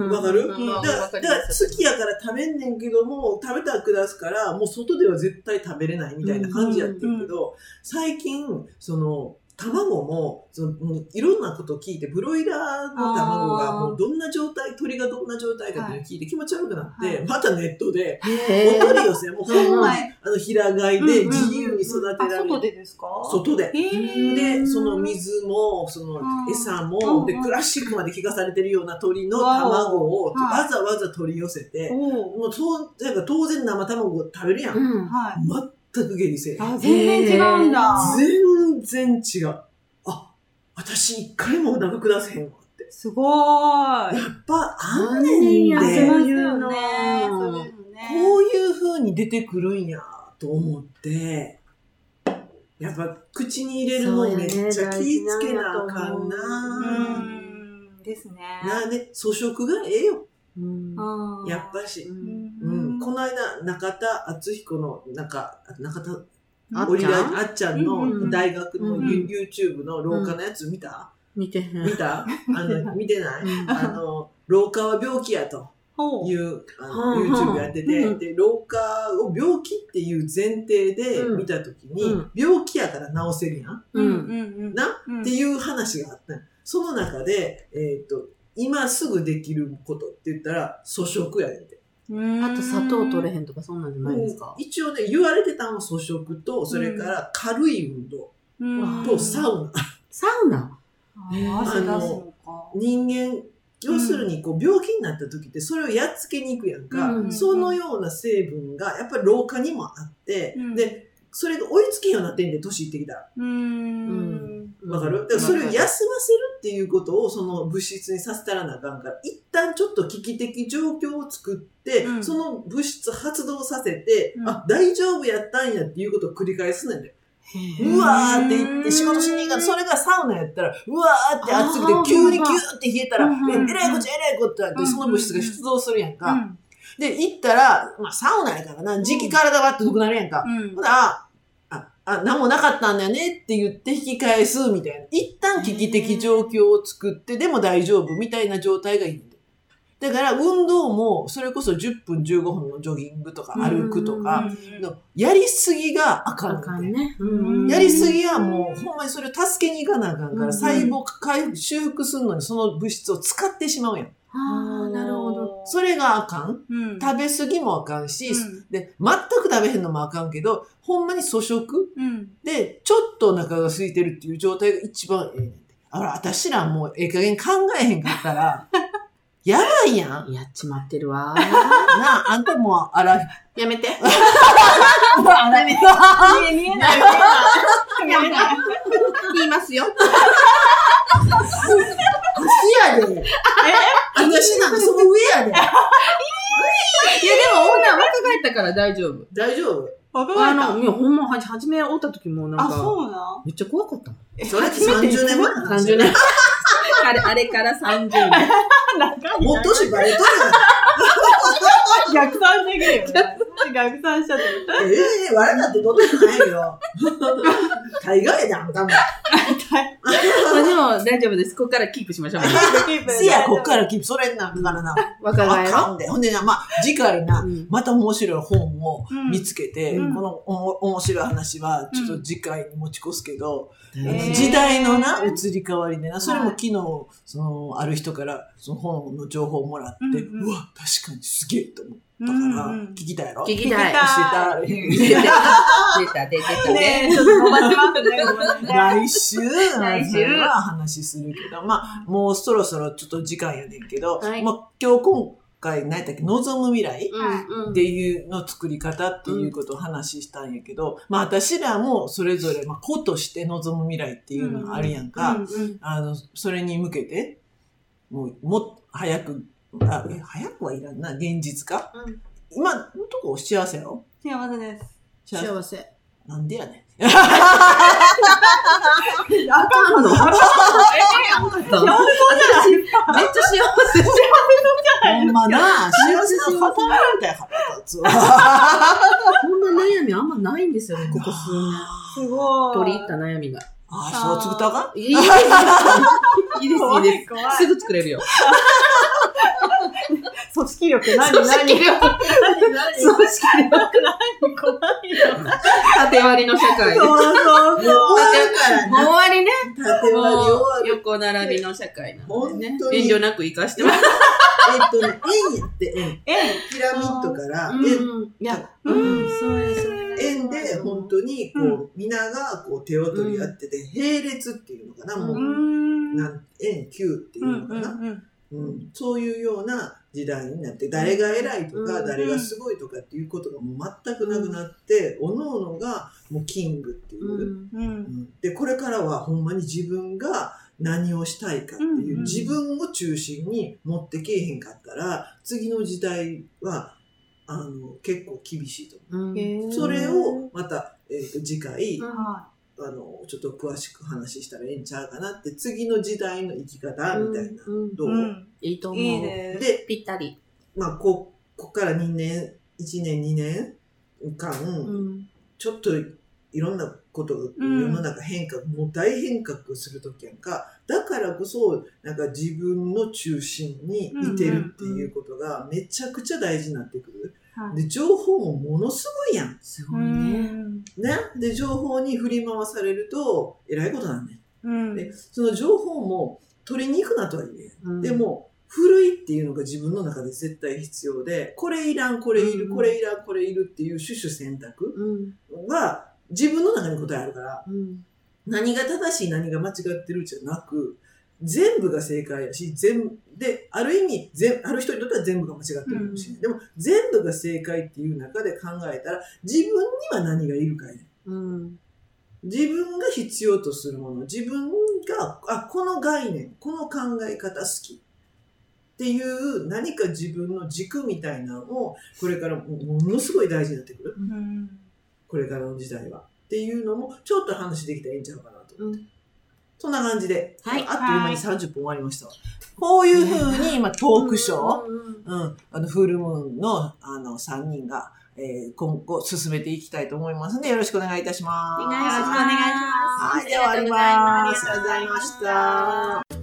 Speaker 3: うん。
Speaker 1: わかる、
Speaker 2: うん
Speaker 1: だからだから好きやから食べんねんけども食べたら下すからもう外では絶対食べれないみたいな感じやってるけど、最近その卵もそのもういろんなこと聞いてブロイラーの卵が
Speaker 2: あー
Speaker 1: もうどんな状態鳥がどんな状態かっていうのを聞いて気持ち悪くなって、
Speaker 2: はい
Speaker 1: またネットで
Speaker 3: へ
Speaker 1: お取り寄せもうほんまに
Speaker 2: はい
Speaker 1: あの平飼いで自由に育てられる、
Speaker 2: あ外でですか
Speaker 1: 外で。
Speaker 2: へ
Speaker 1: で、
Speaker 2: ー
Speaker 1: その水も、その
Speaker 2: うん
Speaker 1: 餌
Speaker 2: う
Speaker 1: も、
Speaker 2: ん
Speaker 1: で、クラシックまで聞かされてるような鳥の卵を
Speaker 2: わおはい
Speaker 1: わざわざ取り寄せて、
Speaker 2: おう
Speaker 1: もうそう、だから当然生卵を食べるやん。
Speaker 3: うん。
Speaker 2: はい。
Speaker 1: 全く下痢せえへん
Speaker 2: あ、全然違うんだ。
Speaker 1: 全然違う。あ、私一回もお腹下せへんわって。
Speaker 2: すごーい。
Speaker 1: やっぱあんねん
Speaker 3: あんね
Speaker 1: で
Speaker 3: んや、
Speaker 2: そう
Speaker 3: そう
Speaker 2: い
Speaker 3: いうう
Speaker 2: の
Speaker 3: の
Speaker 2: ね。そういうのね。
Speaker 1: こういう風に出てくるんやと思って、やっぱ口に入れるのめっちゃ気ぃつけなあかんな
Speaker 3: そうやね大事なんやと思う
Speaker 2: うーんですね。
Speaker 1: なんで、粗食がええよ。
Speaker 3: うん
Speaker 2: あー
Speaker 1: やっぱし
Speaker 3: う。
Speaker 2: うんん
Speaker 1: うん。この間、中田敦彦の、なんか、中田
Speaker 3: あっ
Speaker 1: オリ
Speaker 3: ちゃ
Speaker 1: ラ
Speaker 3: ん
Speaker 1: あっちゃん
Speaker 3: うんうんう
Speaker 1: の
Speaker 3: ん
Speaker 1: 大学の
Speaker 3: うん
Speaker 1: You- YouTube の廊下のやつ見た、
Speaker 3: 見てへん。
Speaker 1: 見
Speaker 3: [laughs]
Speaker 1: たあの、見てないあの、廊下は病気やと
Speaker 2: ほう
Speaker 1: いうあの
Speaker 3: うん
Speaker 1: YouTube やってて、
Speaker 3: うん
Speaker 1: で、廊下を病気っていう前提で
Speaker 3: うん
Speaker 1: 見たときに、
Speaker 3: うん
Speaker 1: 病気やから治せるやんっ
Speaker 3: うん
Speaker 2: うん
Speaker 1: な
Speaker 2: うん
Speaker 1: ていう話があったのその中で、えっ、と、今すぐできることって言ったら、粗食やねんて。
Speaker 2: うん
Speaker 3: あと砂糖取れへんとかそんなんじゃないですか。
Speaker 1: 一応ね、言われてたのは粗食と、それから軽い運動
Speaker 2: うん
Speaker 1: とサウナ。
Speaker 3: サウナ
Speaker 2: あー汗出すのか。
Speaker 1: 人間要するにこう病気になった時ってそれをやっつけに行くやんか、
Speaker 3: うん
Speaker 1: そのような成分がやっぱり老化にもあって、
Speaker 2: うん
Speaker 1: でそれが追いつきようになってんで年いってきたら
Speaker 2: うーん。
Speaker 1: わかるだからそれを休ませるっていうことをその物質にさせたらなあかんから一旦ちょっと危機的状況を作って、
Speaker 2: うん
Speaker 1: その物質発動させて、
Speaker 2: うん
Speaker 1: あ大丈夫やったんやっていうことを繰り返すねんで、
Speaker 3: へ
Speaker 1: う
Speaker 3: ー
Speaker 1: わーって言って仕事しに行かないそれがサウナやったらうわーって暑くて
Speaker 3: あー
Speaker 1: 急にキューって冷えたら
Speaker 2: う
Speaker 1: え
Speaker 2: んうんうん
Speaker 1: えらいこっちゃえらいこっちゃっ
Speaker 2: うんう
Speaker 1: て
Speaker 2: ん
Speaker 1: その物質が出動するやん
Speaker 2: う
Speaker 1: か。
Speaker 2: ん
Speaker 1: で行ったら、まあ、サウナやからな時期体がってくなるやんか。
Speaker 2: うん
Speaker 1: ほらああ何もなかったんだよねって言って引き返すみたいな一旦危機的状況を作ってでも大丈夫みたいな状態がいいんだよだから運動もそれこそ10分15分のジョギングとか歩くとかのやりすぎがあかん
Speaker 3: あ
Speaker 1: ねんて
Speaker 3: かんね。
Speaker 2: うん
Speaker 1: やりすぎはもう、ほんまにそれを助けに行かなあかんから、
Speaker 3: うん
Speaker 1: 細胞回復、修復するのにその物質を使ってしまうやん。
Speaker 3: ああ、なるほど。。
Speaker 1: それがあかん。
Speaker 2: うん。
Speaker 1: 食べ過ぎもあかんし、
Speaker 2: うん
Speaker 1: で、全く食べへんのもあかんけど、ほんまに粗食
Speaker 2: うん。
Speaker 1: で、ちょっとお腹が空いてるっていう状態が一番ええねんて。あら、私らもうええ加減考えへんかったら、 [laughs] やばいやん。な
Speaker 3: やっちまってるわ。
Speaker 1: あ、あんたもあら、
Speaker 3: [laughs] や [laughs] めて。
Speaker 1: あら、
Speaker 2: 見え見えない。見えない。
Speaker 3: 言いますよ。
Speaker 1: やで。え私なんかその上やで。
Speaker 3: いや、でも女は若返ったから大丈夫。
Speaker 1: 大丈夫
Speaker 2: 若
Speaker 3: [laughs] あ
Speaker 2: 返った
Speaker 3: の、いや、ほんま、はじ初めおった時もなん
Speaker 2: あ、
Speaker 3: か、
Speaker 2: そうな
Speaker 3: めっちゃ怖かったもん。
Speaker 1: それって30年前の話
Speaker 3: [laughs] 30年。あれ、あれから30年。 [laughs]
Speaker 2: ん
Speaker 1: もう年バレとる
Speaker 2: 逆算できるよね。
Speaker 3: [laughs]
Speaker 2: 逆算しちゃってる。
Speaker 1: やん。ええ笑ったってどうでもない
Speaker 2: [laughs]
Speaker 1: よ。大概だ、あんたも。
Speaker 3: まあでも大丈夫です。ここからキープしましょう。
Speaker 1: せや、こっからきそれになるからな。
Speaker 3: 若
Speaker 1: あ
Speaker 3: 返ろ
Speaker 1: かんで。ほんでな、まあ、次回な
Speaker 3: う。、うん
Speaker 1: また面白い本を
Speaker 2: うん
Speaker 1: 見つけて、
Speaker 2: うん
Speaker 1: このおも面白い話は、ちょっと次回に持ち越すけど、あ
Speaker 2: へ
Speaker 1: の
Speaker 2: ー
Speaker 1: 時代のな、移り変わりでな、それも
Speaker 2: はい
Speaker 1: 昨日、その、ある人から、その本の情報をもらって、
Speaker 2: うんうん
Speaker 1: うわ、確かにすげえと思っ
Speaker 2: う
Speaker 1: たか
Speaker 2: ん
Speaker 1: ら、
Speaker 2: うん
Speaker 1: 聞きたいやろ
Speaker 3: 聞
Speaker 1: き
Speaker 3: きたい。
Speaker 1: たい。
Speaker 3: 出た、 [laughs] 出てた
Speaker 2: ね
Speaker 3: ね。
Speaker 2: え、ちょっと伸ばしますね。ごめんね
Speaker 1: 来週
Speaker 3: 来週
Speaker 1: は話するけど、まあ、もうそろそろちょっと時間やねんけど、
Speaker 3: はい
Speaker 1: まあ、今日今回、何やったっけ、望む未来
Speaker 3: うんう
Speaker 1: っ
Speaker 3: ん
Speaker 1: ていうの作り方っていうことを話したんやけど、まあ、私らもそれぞれ、まあ、子として望む未来っていうのがあるやんか、
Speaker 2: うんうん
Speaker 1: あの、それに向けて、もう、もっと早く、あ、え早くはいらんな、現実化。
Speaker 3: うん
Speaker 1: 今のとこ幸せやろ
Speaker 2: 幸せです。
Speaker 1: 幸せ。
Speaker 3: せ。
Speaker 1: なんでやね
Speaker 3: あかんのあかんの私めっちゃ幸せじ
Speaker 1: ん。ほん
Speaker 3: [laughs]
Speaker 1: まな、幸せの塊みたいな腹立つわ。
Speaker 3: ゃん。こんな悩みあんまないんですよね、ここ数年。
Speaker 2: すごい。
Speaker 3: 取り入った悩みが。
Speaker 1: ああ、そう作ったか
Speaker 3: いいです、いいです、いいです。
Speaker 2: 怖い怖い
Speaker 3: すぐ作れるよ。
Speaker 2: 組織力何
Speaker 3: 組
Speaker 2: 何
Speaker 3: 織力。
Speaker 2: 何何
Speaker 3: 組織力。
Speaker 2: 怖いよ。
Speaker 3: 縦割りの社会です。
Speaker 2: そうそ
Speaker 1: も
Speaker 2: う
Speaker 1: う
Speaker 2: そう。
Speaker 1: 終わるから
Speaker 3: もう終わりね。
Speaker 1: 縦割り終わる。
Speaker 3: 横並びの社会なん
Speaker 1: 本
Speaker 3: でね。
Speaker 1: 当
Speaker 3: 遠慮
Speaker 1: に。
Speaker 3: なく生かしてます。
Speaker 1: えっとね、円やって円。
Speaker 2: ええ、
Speaker 1: ピラミッドから円
Speaker 3: うん。いや、
Speaker 1: う
Speaker 3: うんん、そうです。
Speaker 1: 円で本当にこう、皆がこう手を取り合ってて、並列っていうのかな、も
Speaker 2: う
Speaker 1: う、
Speaker 2: ん。
Speaker 1: なん円九っていううの
Speaker 2: んう
Speaker 1: か
Speaker 2: ん
Speaker 1: な、
Speaker 2: うん。
Speaker 1: うんそういうような時代になって誰が偉いとか、
Speaker 3: うん
Speaker 1: 誰がすごいとかっていうことがもう全くなくなって、おのおのがもうキングっていう。
Speaker 3: うん。
Speaker 2: う。
Speaker 1: うんんでこれからはほんまに自分が何をしたいかって
Speaker 2: うん
Speaker 1: いう、
Speaker 2: うん
Speaker 1: 自分を中心に持ってけえへんかったら次の時代はあの結構厳しいと思う。
Speaker 3: うん
Speaker 2: へー
Speaker 1: それをまた、えーと次回、
Speaker 3: うん
Speaker 2: は
Speaker 1: あの、ちょっと詳しく話したらええんちゃうかなって、次の時代の生き方みたいな。
Speaker 3: うん
Speaker 1: どう、
Speaker 2: うん。
Speaker 3: いいと思う。
Speaker 2: いいね。
Speaker 1: で、
Speaker 3: ぴったり。
Speaker 1: まあ、こ、こっから2年、1年、2年間、
Speaker 3: うん。
Speaker 1: ちょっといろんなことが世の中変革、もう大変革するときやんか。だからこそ、なんか自分の中心にいてるっていうことがめちゃくちゃ大事になってくる。
Speaker 2: はい
Speaker 1: で、情報もものすごいやん。
Speaker 3: す
Speaker 2: う
Speaker 3: ごいね。
Speaker 2: ん。
Speaker 1: ね。で、情報に振り回されると、えらいことなんね。
Speaker 2: うん。
Speaker 1: で、その情報も取りに行くなとは言えん。
Speaker 3: うん
Speaker 1: で、も、古いっていうのが自分の中で絶対必要で、これいらん、これいる、
Speaker 3: うん
Speaker 1: これいらん、これいるっていう種々選択
Speaker 3: うん。
Speaker 1: が自分の中に答えあるから、
Speaker 3: うん。
Speaker 1: 何が正しい、何が間違ってるじゃなく、全部が正解やし、全部、で、ある意味、全、ある人にとっては全部が間違ってるかもしれない。でも、全部が正解っていう中で考えたら、自分には何がいるかやね。
Speaker 3: うん。
Speaker 1: 自分が必要とするもの、自分が、あ、この概念、この考え方好きっていう何か自分の軸みたいなのを、これからもものすごい大事になってくる。
Speaker 2: うん。
Speaker 1: これからの時代は。っていうのも、ちょっと話できたらいいんちゃうかなと。
Speaker 3: うん
Speaker 1: そんな感じで、
Speaker 3: はい
Speaker 1: あっという間に30分終わりましたわ。こういうふうに今、トークショー、
Speaker 3: うん
Speaker 1: うん、あの、フールムーンの、あの、3人が、えー今後進めていきたいと思いますので、よろしくお願いいたします。
Speaker 3: お願いします。
Speaker 2: よろ
Speaker 1: はい、では終わ
Speaker 2: しくお願いします
Speaker 1: ります。あ
Speaker 3: あ
Speaker 1: りがとうご
Speaker 3: りがとうご
Speaker 1: ざ
Speaker 3: ざ
Speaker 1: い
Speaker 3: い
Speaker 1: ま
Speaker 3: ま
Speaker 1: し
Speaker 3: したた。